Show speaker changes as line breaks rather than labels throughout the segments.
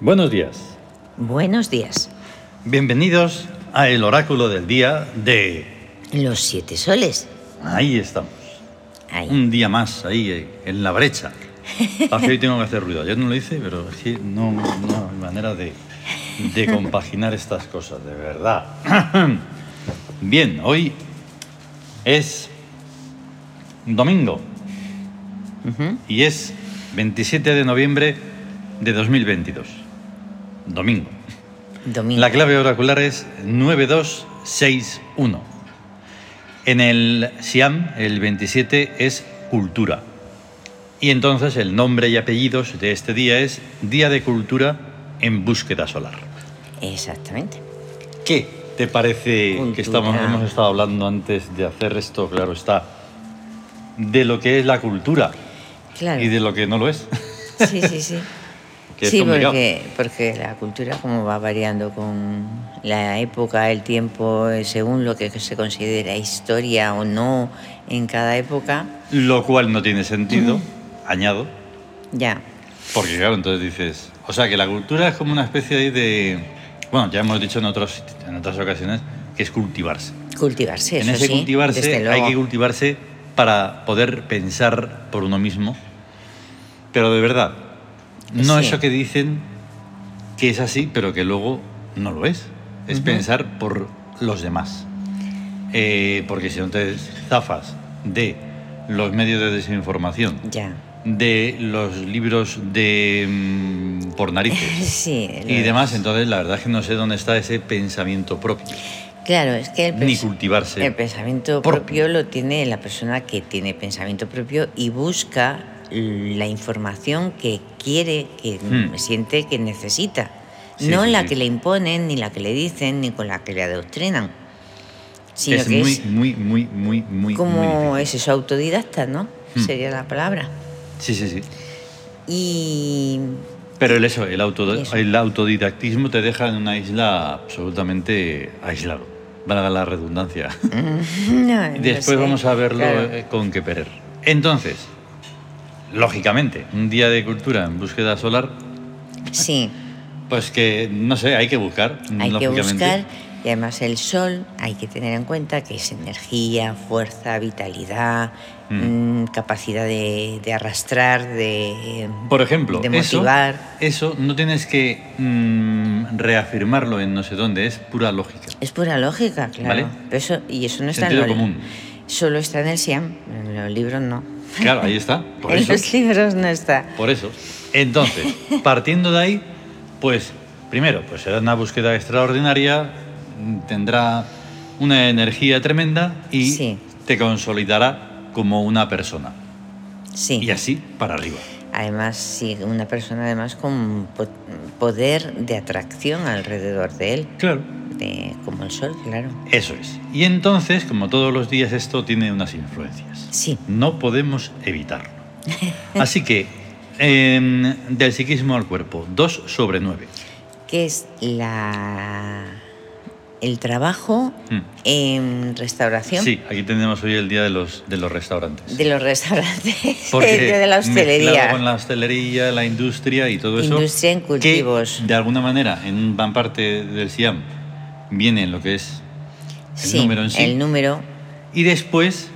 Buenos días.
Buenos días.
Bienvenidos a el oráculo del día de...
Los siete soles.
Ahí estamos.
Ahí.
Un día más, ahí, eh, en la brecha. Pasa que hoy tengo que hacer ruido. Ayer no lo hice, pero es que no, no hay manera de, de compaginar estas cosas, de verdad. Bien, hoy es domingo
Ujú.
y es 27 de noviembre de 2022. Domingo.
Domingo.
Mm. La clave oracular es 9261. En el Siam, el 27 es cultura. Y entonces el nombre y apellidos de este día es Día de Cultura en Búsqueda Solar.
Exactamente.
¿Qué te parece que
Cultura.
estamos, hemos estado hablando antes de hacer esto? Claro está. De lo que es la cultura
Claro.
y de lo que no lo es.
Sí, sí, sí.
Que es
sí,
complicado.
porque, porque la cultura como va variando con la época, el tiempo, eh, según lo que se considera historia o no en cada época,
Lo cual no tiene sentido, añado,
ya.
Porque claro, entonces dices, o sea que la cultura es como una especie ahí de, bueno, ya hemos dicho en, otros, en otras ocasiones, que es cultivarse.
Cultivarse,
en
eso
ese
sí, desde
cultivarse hay
luego.
que cultivarse para poder pensar por uno mismo, pero de verdad, no
Sí.
eso que dicen que es así, pero que luego no lo es, es pensar por los demás. Eh, porque si no te zafas de los medios de desinformación,
Ya.
de los libros de mm, por narices
Sí.
y
lo-
demás, entonces la verdad es que no sé dónde está ese pensamiento propio,
Pues, Claro, es que el
ni
pers-
cultivarse.
El pensamiento
Propio.
propio lo tiene la persona que tiene pensamiento propio y busca la información que quiere, que
Hmm.
siente que necesita.
Sí,
no
sí,
la
sí.
que le imponen, ni la que le dicen, ni con la que le adoctrinan. Sino
es
que
muy,
es
muy, muy, muy, muy,
como
muy
es eso, autodidacta, ¿no?
Hmm.
Sería la palabra.
difícil. Sí, sí, sí.
Y
Pero el, eso, el, auto-
Eso.
el autodidactismo te deja en una isla absolutamente aislado, valga la redundancia.
no, no
Después
Mm, sé.
vamos a verlo
Claro.
eh, con qué perer. Entonces, lógicamente, un día de cultura en búsqueda solar
Sí.
Pues que, no sé, hay que buscar.
Hay que
lógicamente.
buscar y además el sol hay que tener en cuenta que es energía, fuerza, vitalidad,
Mm.
mm, capacidad de, de arrastrar, de,
Por ejemplo,
de
eso,
motivar.
eso no tienes que mm, reafirmarlo en no sé dónde, es pura lógica.
Es pura lógica, claro.
Vale.
Pero eso, y eso no está
Sentido
en los,
común.
Solo está en el SIAM, en los libros no.
Claro, ahí está. Por
en
eso.
los libros no está.
Por eso. Entonces, partiendo de ahí, pues primero, pues será una búsqueda extraordinaria, mm, tendrá una energía tremenda y
Sí.
te consolidará como una persona.
Sí.
Y así para arriba.
Además, sí, una persona además con po- poder de atracción alrededor de él,
Claro.
de- como el sol, claro.
Eso es. Y entonces, como todos los días, esto tiene unas influencias.
Sí.
No podemos evitarlo. Así que, em, del psiquismo al cuerpo, 2 sobre 9.
que es la el trabajo
Mm.
en restauración
Sí, aquí tenemos hoy el día de los, de los restaurantes.
de los restaurantes
Porque
el día de la
mezclado
hostelería.
Con la hostelería, la industria y todo eso.
Industria en cultivos.
Que, de alguna manera, en un gran parte del SIAM viene lo que es el
sí,
número en sí.
el número,
Y después,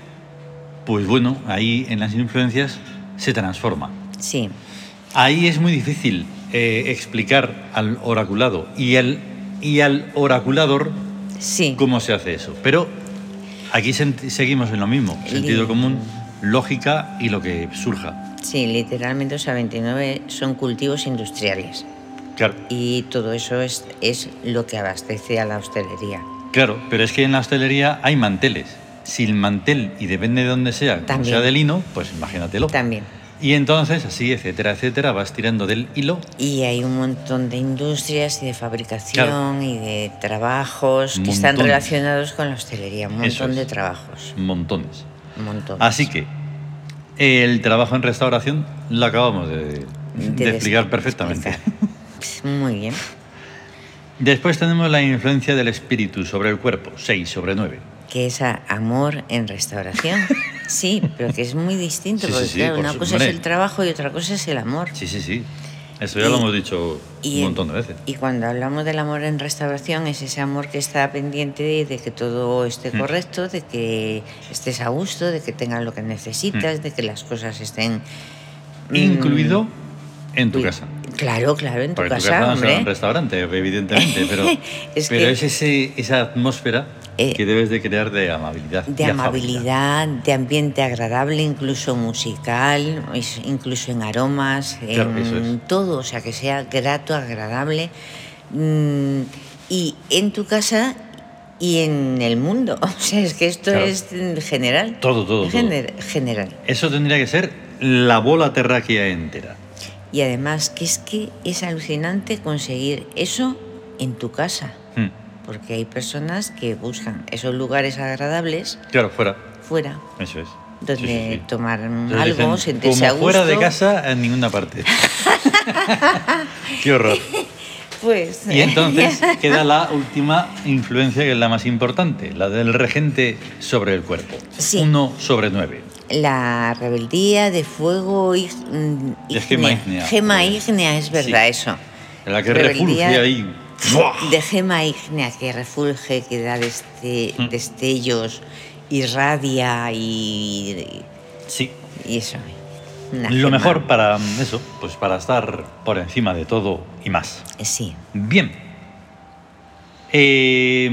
pues bueno, ahí en las influencias se transforma.
sí,
Ahí es muy difícil eh, explicar al oraculado y al, y al oraculador
sí.
cómo se hace eso. Pero aquí sent- seguimos en lo mismo, sentido
Li-
común, lógica y lo que surja.
Sí, literalmente, o sea, 29 son cultivos industriales.
Claro,
Y todo eso es, es lo que abastece a la hostelería.
claro, pero es que en la hostelería hay manteles. Si el mantel, y depende de dónde sea, como
También.
sea de lino, pues imagínatelo.
También.
Y entonces, así, etcétera, etcétera, vas tirando del hilo.
Y hay un montón de industrias y de fabricación
Claro.
y de trabajos que están
Montones.
relacionados con la hostelería. Un
Eso
montón
es.
de trabajos.
Montones.
Un montón.
Así que el trabajo en restauración lo acabamos de, de
de
explicar
explicar.
perfectamente.
Muy bien.
Después tenemos la influencia del espíritu sobre el cuerpo, 6 sobre 9.
Que es a- amor en restauración. Sí, pero que es muy distinto.
Sí, sí,
porque
sí,
claro,
por
una
su-
cosa
hombre.
es el trabajo y otra cosa es el amor.
Sí, sí, sí. Eso ya lo hemos dicho
y-
un montón de veces.
Y cuando hablamos del amor en restauración es ese amor que está pendiente de, de que todo esté
Mm.
correcto, de que estés a gusto, de que tengas lo que necesitas,
Mm.
de que las cosas estén... mm,
Incluido en tu
uy,
casa.
Claro, claro, en tu
Porque
casa,
tu casa no será
hombre.
un restaurante, evidentemente, pero,
Es
pero
que-
es ese, esa atmósfera
Eh,
que debes de crear de amabilidad. y
de
afabilidad.
amabilidad, de ambiente agradable, incluso musical, es- incluso en aromas,
Claro,
en
eso es.
todo, o sea, que sea grato, agradable, mm, y en tu casa y en el mundo. O sea, es que esto
Claro.
es mm, general.
Todo, todo, todo.
Gener- general.
Eso tendría que ser la bola terráquea entera.
Y además, que es que es alucinante conseguir eso en tu casa,
Mm.
porque hay personas que buscan esos lugares agradables
Claro, fuera.
fuera.
Eso es.
donde
Sí, sí, sí.
tomar
Entonces
algo,
dicen,
sentirse
como
a
fuera de
gusto".
casa, en ninguna parte. Qué horror.
Pues
Y entonces queda la última influencia, que es la más importante, la del regente sobre el cuerpo.
Sí.
Uno sobre nueve.
la rebeldía de fuego y, mm,
De gema ígnea.
Gema
Eh,
ígnea, es
sí.
verdad eso.
En la que
Rebeldía
refulge ahí. ¡fua!
De gema ígnea que refulge, que da deste-
Mm.
destellos, irradia y,
Sí.
y eso. Una
Lo
gema.
mejor para eso, pues para estar por encima de todo y más.
Sí.
Bien. Eh,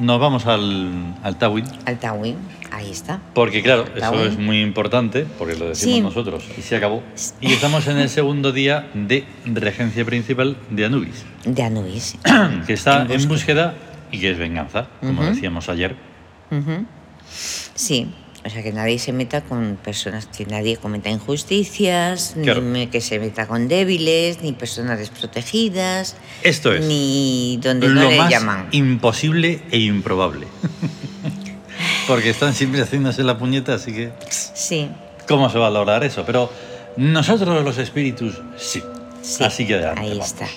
nos vamos al, al Tawin.
Al Tawin, ahí está.
Porque claro, eso
Tawin.
es muy importante, porque lo decimos
Sí.
nosotros, y se acabó. Y estamos en el segundo día de regencia principal de Anubis,
De Anubis.
que está
En
en
búsqueda.
búsqueda y que es venganza, como
Ujú.
decíamos ayer.
Ujú. Sí, o sea, que nadie se meta con personas, que nadie cometa injusticias,
Claro.
ni me- que se meta con débiles, ni personas desprotegidas,
Esto es
ni donde no
lo
le
más
llaman.
imposible e improbable. porque están siempre haciéndose la puñeta, así que
Sí,
¿cómo se va a lograr eso? Pero nosotros los espíritus, sí.
sí.
Así que adelante.
Ahí
vamos.
está.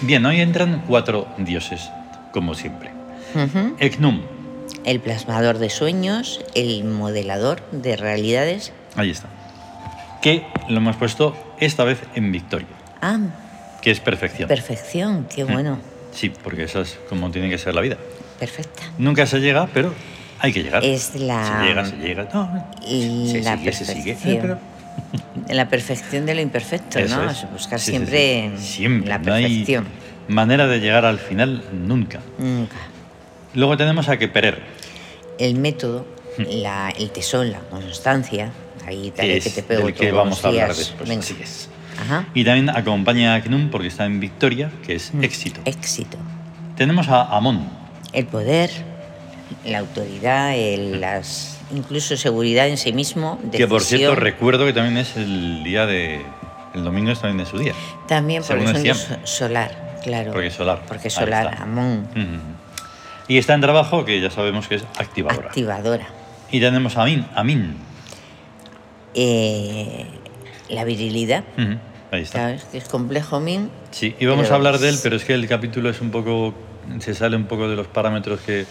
Bien, hoy entran cuatro dioses, como siempre.
Ujú.
Eknum,
El plasmador de sueños, el modelador de realidades.
ahí está. Que lo hemos puesto esta vez en Victoria,
Ah,
que es perfección.
perfección, qué bueno.
Sí, porque esa es como tiene que ser la vida.
Perfecta.
Nunca se llega, pero hay que llegar.
Es la-
Se llega, se llega. No,
Y
se
la
sigue, se sigue. Eh,
perfección.
pero-
La perfección de lo imperfecto,
Eso
¿no?
es.
Buscar
Sí, sí,
siempre,
sí. Siempre.
la
No hay
perfección.
manera de llegar al final nunca.
Nunca.
Luego tenemos a que perer.
el método, la, el tesón, la constancia, ahí
que
dale
es
que te pego
del que
todos
vamos
los
a hablar
días.
después.
Venga.
Así es.
Ajá.
Y también acompaña a Knum porque está en Victoria, que es
Mm.
éxito.
Eh. Éxito.
Tenemos a Amon.
El poder, la autoridad, el- las, incluso seguridad en sí mismo.
Mm. Que por cierto,
decisión.
recuerdo que también es el día de. El domingo es también de su día.
También porque
según
es un dios
decían.
solar, claro.
Porque es solar.
Porque
Ahí
es solar,
está.
Amón,
Ujú. Y está en trabajo, que ya sabemos que es activadora.
activadora.
Y tenemos a Amin. Amin.
Eh, la virilidad,
Ujú. Ahí está.
¿sabes? Que es complejo, Min.
Sí, íbamos
Pero
a hablar de él,
es-
pero es que el capítulo es un poco. se sale un poco de los parámetros que.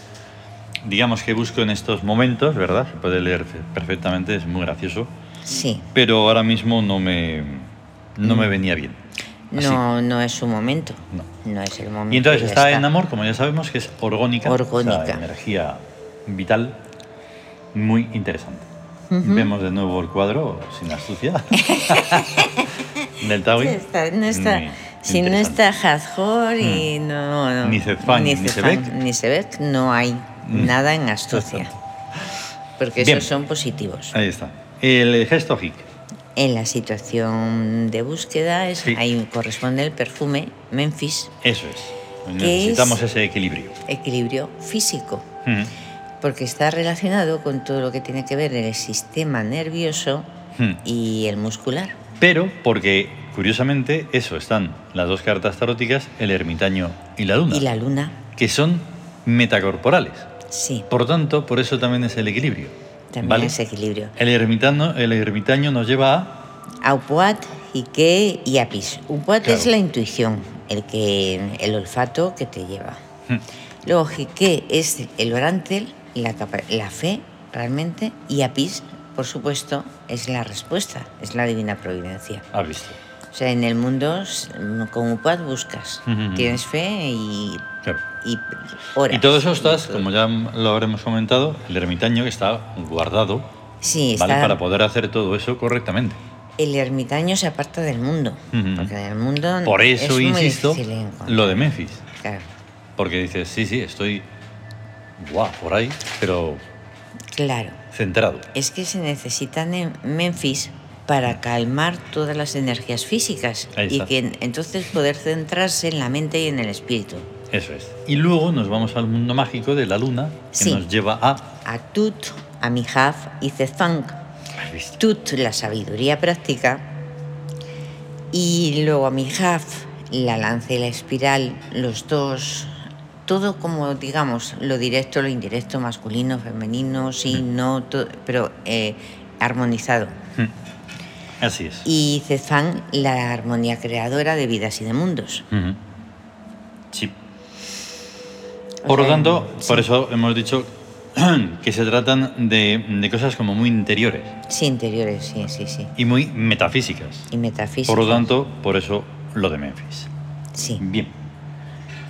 digamos que busco en estos momentos, ¿verdad? Se puede leer fe- perfectamente, es muy gracioso.
Sí.
Pero ahora mismo no me. no
Mm.
me venía bien. Así.
No, no es su momento.
No.
es el momento.
Y entonces
ya
está en amor, como ya sabemos, que es orgónica.
Orgónica.
o sea, energía vital muy interesante.
Ujú.
Vemos de nuevo el cuadro, sin astucia, del Tawi.
Sí, está- no está-
Muy
si no
interesante. Mm.
está Hathor y no, no-
Ni Zefán, ni
Zefán,
Sebek.
ni Sebek, no hay nada en astucia. Porque
Bien. Eh.
esos son positivos.
Ahí está. El gesto hic.
En la situación de búsqueda es,
Sí.
ahí corresponde el perfume Memphis,
Eso es. Necesitamos ese equilibrio.
equilibrio físico,
Ujú.
porque está relacionado con todo lo que tiene que ver el sistema nervioso
Hmm.
y el muscular.
Pero porque, curiosamente, eso están las dos cartas taróticas, el ermitaño y la luna,
Y la luna,
que son metacorporales.
sí,
Por tanto, por eso también es el equilibrio.
también
¿vale?
es equilibrio.
El ermitaño, el ermitaño nos lleva a...
Aupuat, Ike y Apis. Aupuat
Claro.
es la intuición, el, que, el olfato que te lleva.
Hmm.
Luego Ike es el orantel, la, capa- la fe realmente, y Apis, por supuesto, es la respuesta, es la divina providencia.
¿Has visto?
O O sea, en el mundo, s- como puedas, buscas.
Ujú.
Tienes fe y,
Claro.
y oras.
Y todo eso estás,
Y-
como ya lo habremos comentado, el ermitaño que está guardado,
Sí, está,
¿vale? Para poder hacer todo eso correctamente.
el ermitaño se aparta del mundo.
Ujú.
Porque en el mundo
Por eso
es muy
insisto,
difícil encontrar.
lo de Memphis.
Claro,
Porque dices, sí, sí, estoy guau por ahí, pero
claro.
centrado.
Es que se necesitan en Memphis para calmar todas las energías físicas
Ahí
y
está.
que en- entonces poder centrarse en la mente y en el espíritu.
Eso es. Y luego nos vamos al mundo mágico de la luna, que
Sí.
nos lleva a...
A Tut, a Mihaf y Zefang.
¿Has visto?
Tut, la sabiduría práctica. Y luego a Mihaf, la lanza y la espiral, los dos. Todo como, digamos, lo directo, lo indirecto, masculino, femenino, sí, no, to- pero eh, armonizado.
Así es.
Y Zefán, la armonía creadora de vidas y de mundos.
Ujú. Sí.
O
Por lo
sea,
tanto,
sí.
por eso hemos dicho que se tratan de, de cosas como muy interiores
Sí, interiores, sí, sí, sí.
y muy metafísicas.
Y metafísica.
Por lo tanto, por eso lo de Memphis.
Sí.
Bien.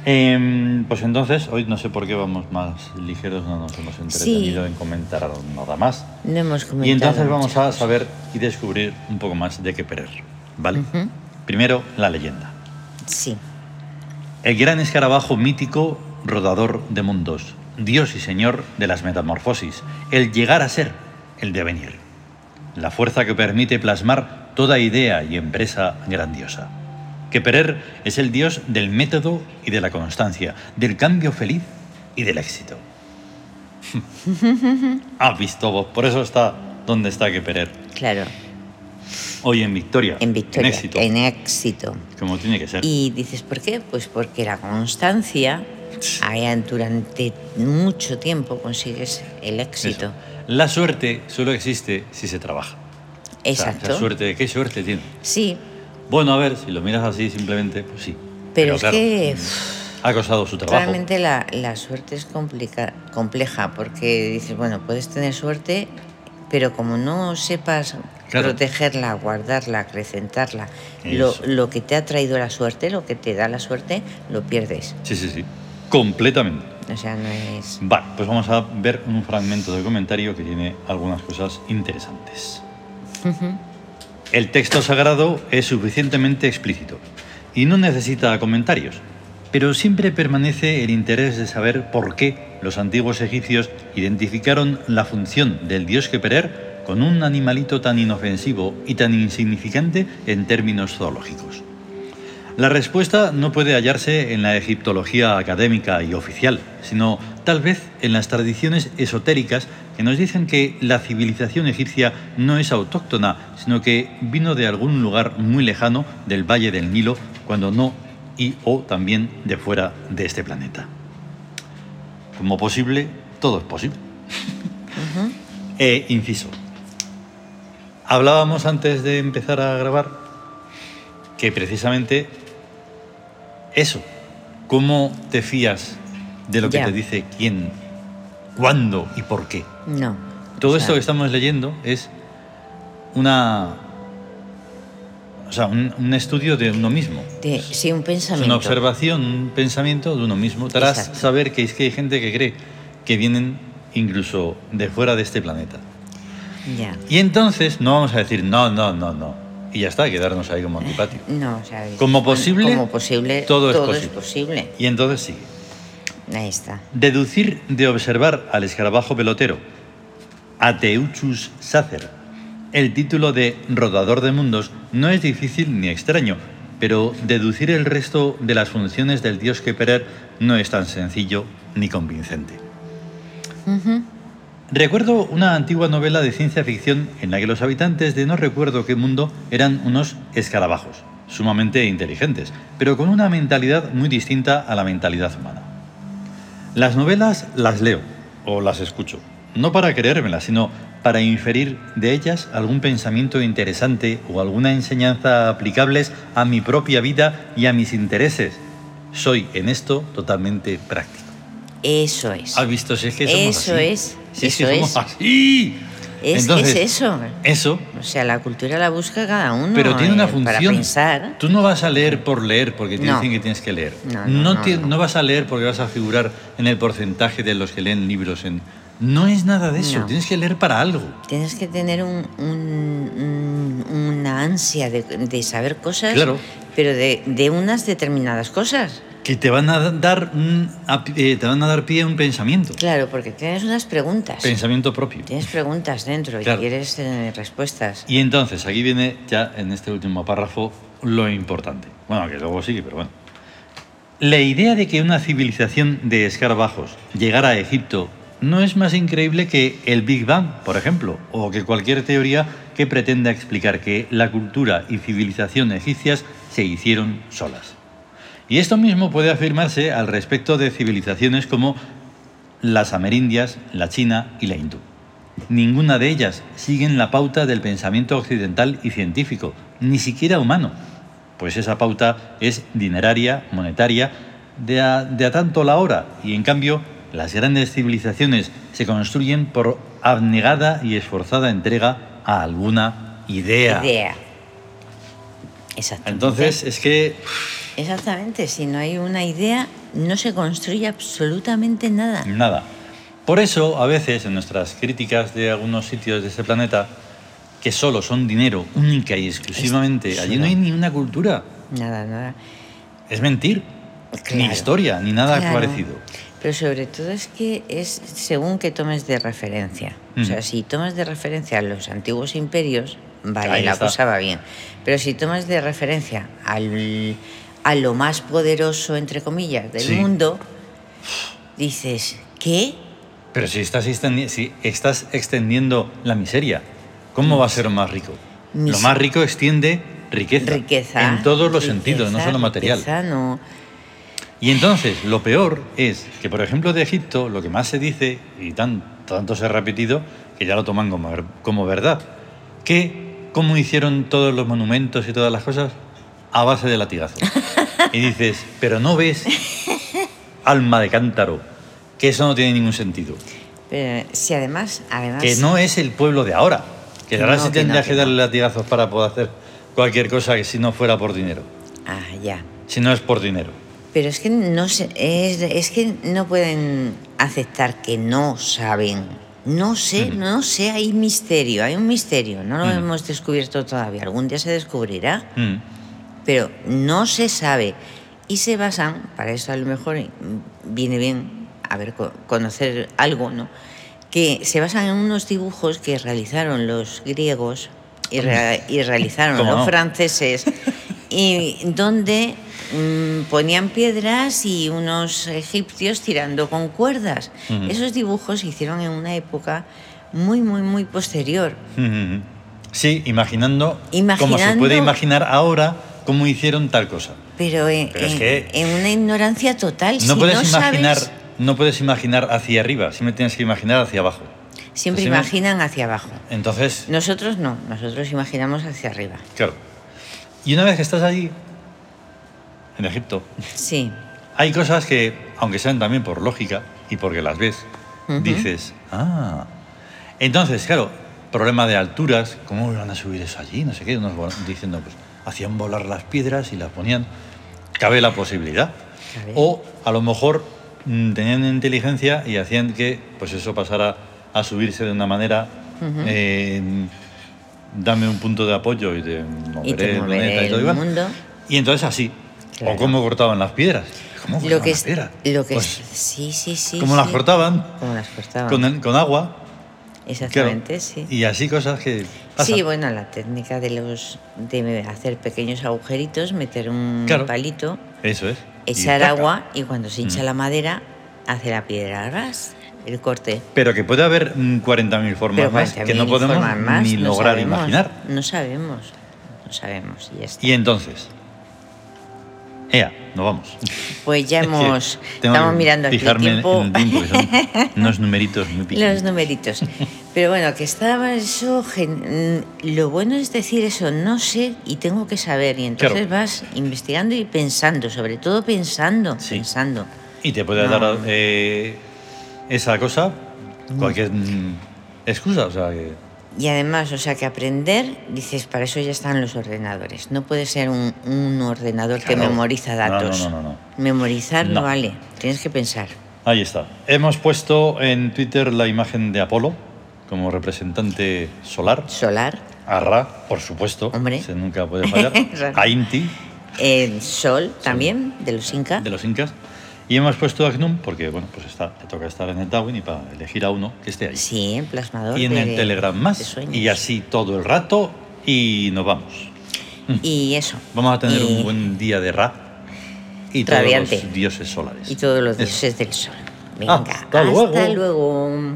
Em, pues entonces, hoy no sé por qué vamos más ligeros, no nos hemos entretenido
Sí.
en comentar nada más.
No hemos comentado.
Y entonces vamos
mucho.
a saber y descubrir un poco más de qué Perer, ¿vale?
Ujú.
Primero, la leyenda.
Sí,
El gran escarabajo mítico, rodador de mundos, dios y señor de las metamorfosis, el llegar a ser, el devenir. La fuerza que permite plasmar toda idea y empresa grandiosa. Keperer es el dios del método y de la constancia, del cambio feliz y del éxito. Has visto vos, por eso está donde está Keperer.
claro.
Hoy en Victoria.
En victoria.
En éxito.
En éxito.
Como tiene que ser.
Y dices, ¿por qué? Pues porque la constancia, allá durante mucho tiempo consigues el éxito.
Eso. La suerte solo existe si se trabaja. O sea,
Exacto.
esa suerte, ¿qué suerte tiene?
Sí,
Bueno, a ver, si lo miras así simplemente, pues sí.
pero, es
claro, mm,
que uff,
ha costado su trabajo.
realmente la, la suerte es complica- compleja porque dices, bueno, puedes tener suerte, pero como no sepas
Claro.
protegerla, guardarla, acrecentarla, lo,
Eso.
lo que te ha traído la suerte, lo que te da la suerte, lo pierdes.
Sí, sí, sí. Completamente.
O sea, no es...
Vale, pues vamos a ver un fragmento del comentario que tiene algunas cosas interesantes. El texto sagrado es suficientemente explícito y no necesita comentarios, pero siempre permanece el interés de saber por qué los antiguos egipcios identificaron la función del dios Keperer con un animalito tan inofensivo y tan insignificante en términos zoológicos. La respuesta no puede hallarse en la egiptología académica y oficial, sino tal vez en las tradiciones esotéricas que nos dicen que la civilización egipcia no es autóctona, sino que vino de algún lugar muy lejano del Valle del Nilo, cuando no y o también de fuera de este planeta. Como posible, todo es posible. Eh, inciso. Hablábamos antes de empezar a grabar que precisamente eso, cómo te fías de lo que
Ya.
te dice quién, cuándo y por qué.
No.
Todo
O sea,
esto que estamos leyendo es una... O sea, un, un estudio de uno mismo.
de- sí, un
Es
pensamiento.
una observación, un pensamiento de uno mismo. Tras
Exacto.
saber que es que hay gente que cree que vienen incluso de fuera de este planeta.
Ya.
Y entonces no vamos a decir no, no, no, no. Y ya está, quedarnos ahí como antipatio.
No, o sea, dices,
Como
bueno,
posible,
como posible,
todo es
es posible.
Y entonces sigue.
Ahí está.
Deducir de observar al escarabajo pelotero, Ateuchus Sacer, el título de rodador de mundos no es difícil ni extraño, pero deducir el resto de las funciones del dios Keperer no es tan sencillo ni convincente. Recuerdo una antigua novela de ciencia ficción en la que los habitantes de no recuerdo qué mundo eran unos escarabajos, sumamente inteligentes, pero con una mentalidad muy distinta a la mentalidad humana. Las novelas las leo o las escucho, no para creérmelas, sino para inferir de ellas algún pensamiento interesante o alguna enseñanza aplicables a mi propia vida y a mis intereses. Soy en esto totalmente práctico.
Eso es.
Ah, ¿Has visto si es que somos
Eso
así?
es,
Si es que
eso
somos
es.
así.
Es,
Entonces,
es eso.
Eso,
O sea, la cultura la busca cada uno.
pero tiene una
eh,
función.
Para pensar.
Tú no vas a leer por leer, porque te
No.
dicen que tienes que leer.
No, no, no,
ti-
no.
vas a leer porque vas a figurar en el porcentaje de los que leen libros. En... No es nada de eso,
No.
tienes que leer para algo.
Tienes que tener un- un- un- una ansia de, de saber cosas,
Claro.
pero de, de unas determinadas cosas.
Que te van a dar, un- a- eh, te van a dar pie a un pensamiento,
Claro, porque tienes unas preguntas.
pensamiento propio.
Tienes preguntas dentro
Claro.
y quieres eh, respuestas.
Y entonces, aquí viene ya en este último párrafo lo importante. Bueno, que luego sigue, pero bueno. La idea de que una civilización de escarabajos llegara a Egipto no es más increíble que el Big Bang, por ejemplo, o que cualquier teoría que pretenda explicar que la cultura y civilización egipcias se hicieron solas. Y esto mismo puede afirmarse al respecto de civilizaciones como las amerindias, la china y la hindú. Ninguna de ellas siguen la pauta del pensamiento occidental y científico, ni siquiera humano, pues esa pauta es dineraria, monetaria, de a, de a tanto la hora, y en cambio las grandes civilizaciones se construyen por abnegada y esforzada entrega a alguna idea.
Idea. Exactamente.
Entonces es que
Exactamente, si no hay una idea, no se construye absolutamente nada.
Nada. Por eso, a veces, en nuestras críticas de algunos sitios de este planeta, que solo son dinero, única y exclusivamente,
Es-
allí no hay ni una cultura.
Nada, nada.
Es mentir. Ni
Claro.
historia, ni nada
Claro.
parecido.
Pero sobre todo es que es según que tomes de referencia. O
Mm.
sea, si tomas de referencia a los antiguos imperios, vale,
Ahí
la
está.
cosa va bien. Pero si tomas de referencia al, a lo más poderoso, entre comillas, del
Sí.
mundo, dices, ¿qué?
Pero si estás, extendi- si estás extendiendo la miseria, ¿cómo va a ser más rico?
Mis-
Lo más rico extiende riqueza.
Riqueza.
En todos los
riqueza,
sentidos, no solo material.
riqueza, no.
Y entonces, lo peor es que, por ejemplo, de Egipto, lo que más se dice, y tan, tanto se ha repetido, que ya lo toman como, ver- como verdad, que cómo hicieron todos los monumentos y todas las cosas a base de latigazos. Y dices, pero no ves, alma de cántaro, que eso no tiene ningún sentido.
Pero si además, además
Que no es el pueblo de ahora, que
Que
ahora
Ah, no,
se
que
tendría
no,
que,
que no.
darle latigazos para poder hacer cualquier cosa que si no fuera por dinero.
Ah, ya.
Si no es por dinero.
Pero es que no se- es, es que no pueden aceptar que no saben. No sé,
Ujú.
no sé, hay misterio, hay un misterio, no lo
Ujú.
hemos descubierto todavía, algún día se descubrirá,
Mm.
pero no se sabe. Y se basan, para eso a lo mejor mm, viene bien a ver, co- conocer algo, ¿no? Que se basan en unos dibujos que realizaron los griegos y, rea- y realizaron
¿Cómo
los
no?
franceses, y donde mm, ponían piedras y unos egipcios tirando con cuerdas.
Ujú.
Esos dibujos se hicieron en una época muy, muy, muy posterior.
Ujú. Sí, imaginando, como se
Imaginando.
puede imaginar ahora cómo hicieron tal cosa.
Pero en,
Pero es
en-
que-
en una ignorancia total.
No
si
puedes
no
imaginar,
sabes,
no puedes imaginar hacia arriba, siempre tienes que imaginar hacia abajo.
siempre
si no-
imaginan hacia abajo.
Entonces,
Nosotros no, nosotros imaginamos hacia arriba.
claro. Y una vez que estás allí, en Egipto,
Sí,
hay cosas que, aunque sean también por lógica y porque las ves,
Ujú.
dices, ah. Entonces, claro, problema de alturas, ¿cómo van a subir eso allí? No sé qué, unos vol- diciendo, pues hacían volar las piedras y las ponían. Cabe la posibilidad.
Cabe.
O a lo mejor mm, tenían inteligencia y hacían que pues eso pasara a subirse de una manera. eh, dame un punto de apoyo y te moveré,
y te
el planeta
moveré
y todo
el
igual.
mundo.
Y entonces así. O
Claro.
cómo cortaban las piedras. ¿Cómo cortaban
Lo que
las
es,
piedras?
lo que es-
Pues,
sí, sí, sí.
Cómo
sí.
las cortaban
Como las cortaban.
con, el- con agua. claro,
Exactamente, sí.
Y así cosas que pasan.
Sí, bueno, la técnica de los de hacer pequeños agujeritos, meter un
Claro.
palito,
Eso es. Y
echar
taca.
agua y cuando se hincha
Mm.
la madera hace la piedra, ras, el corte.
Pero que puede haber mm, 40.000 formas
Pero
más que no
40.000
podemos
formas más,
ni
no
lograr
sabemos,
imaginar.
No sabemos, no sabemos y ya está.
Y entonces. Ea, nos vamos.
Pues ya
Es que
hemos,
tengo
estamos
que
mirando aquí el
fijarme
tiempo,
en el tiempo, que son unos numeritos muy pequeños.
los numeritos. Pero bueno, que estaba eso, gen- mm, lo bueno es decir eso, no sé y tengo que saber y entonces vas investigando y pensando, sobre todo pensando,
Sí.
pensando.
Y te puede
No.
dar eh, esa cosa, cualquier mm, excusa. O sea, que
Y además, o sea, que aprender, dices, para eso ya están los ordenadores. No puede ser un, un ordenador que
Claro.
memoriza
No,
datos.
no, no, no, no.
Memorizar no.
No.
vale, tienes que pensar.
Ahí está. Hemos puesto en Twitter la imagen de Apolo como representante solar.
Solar,
A Ra, por supuesto.
Hombre.
Se nunca puede fallar.
Ra.
a Inti,
el sol también, de los incas.
de los incas. Y hemos puesto a Gnum porque, bueno, pues está, le toca estar en el Darwin y para elegir a uno que esté ahí.
Sí, en plasmador.
y en
de-
el Telegram
de
más.
sueños.
Y así todo el rato y nos vamos.
Y eso.
Vamos a tener
Y-
un buen día de Ra y todos
Radiante.
los dioses solares.
Y todos los
Eso.
dioses del sol. Venga,
Hasta luego.
Hasta luego.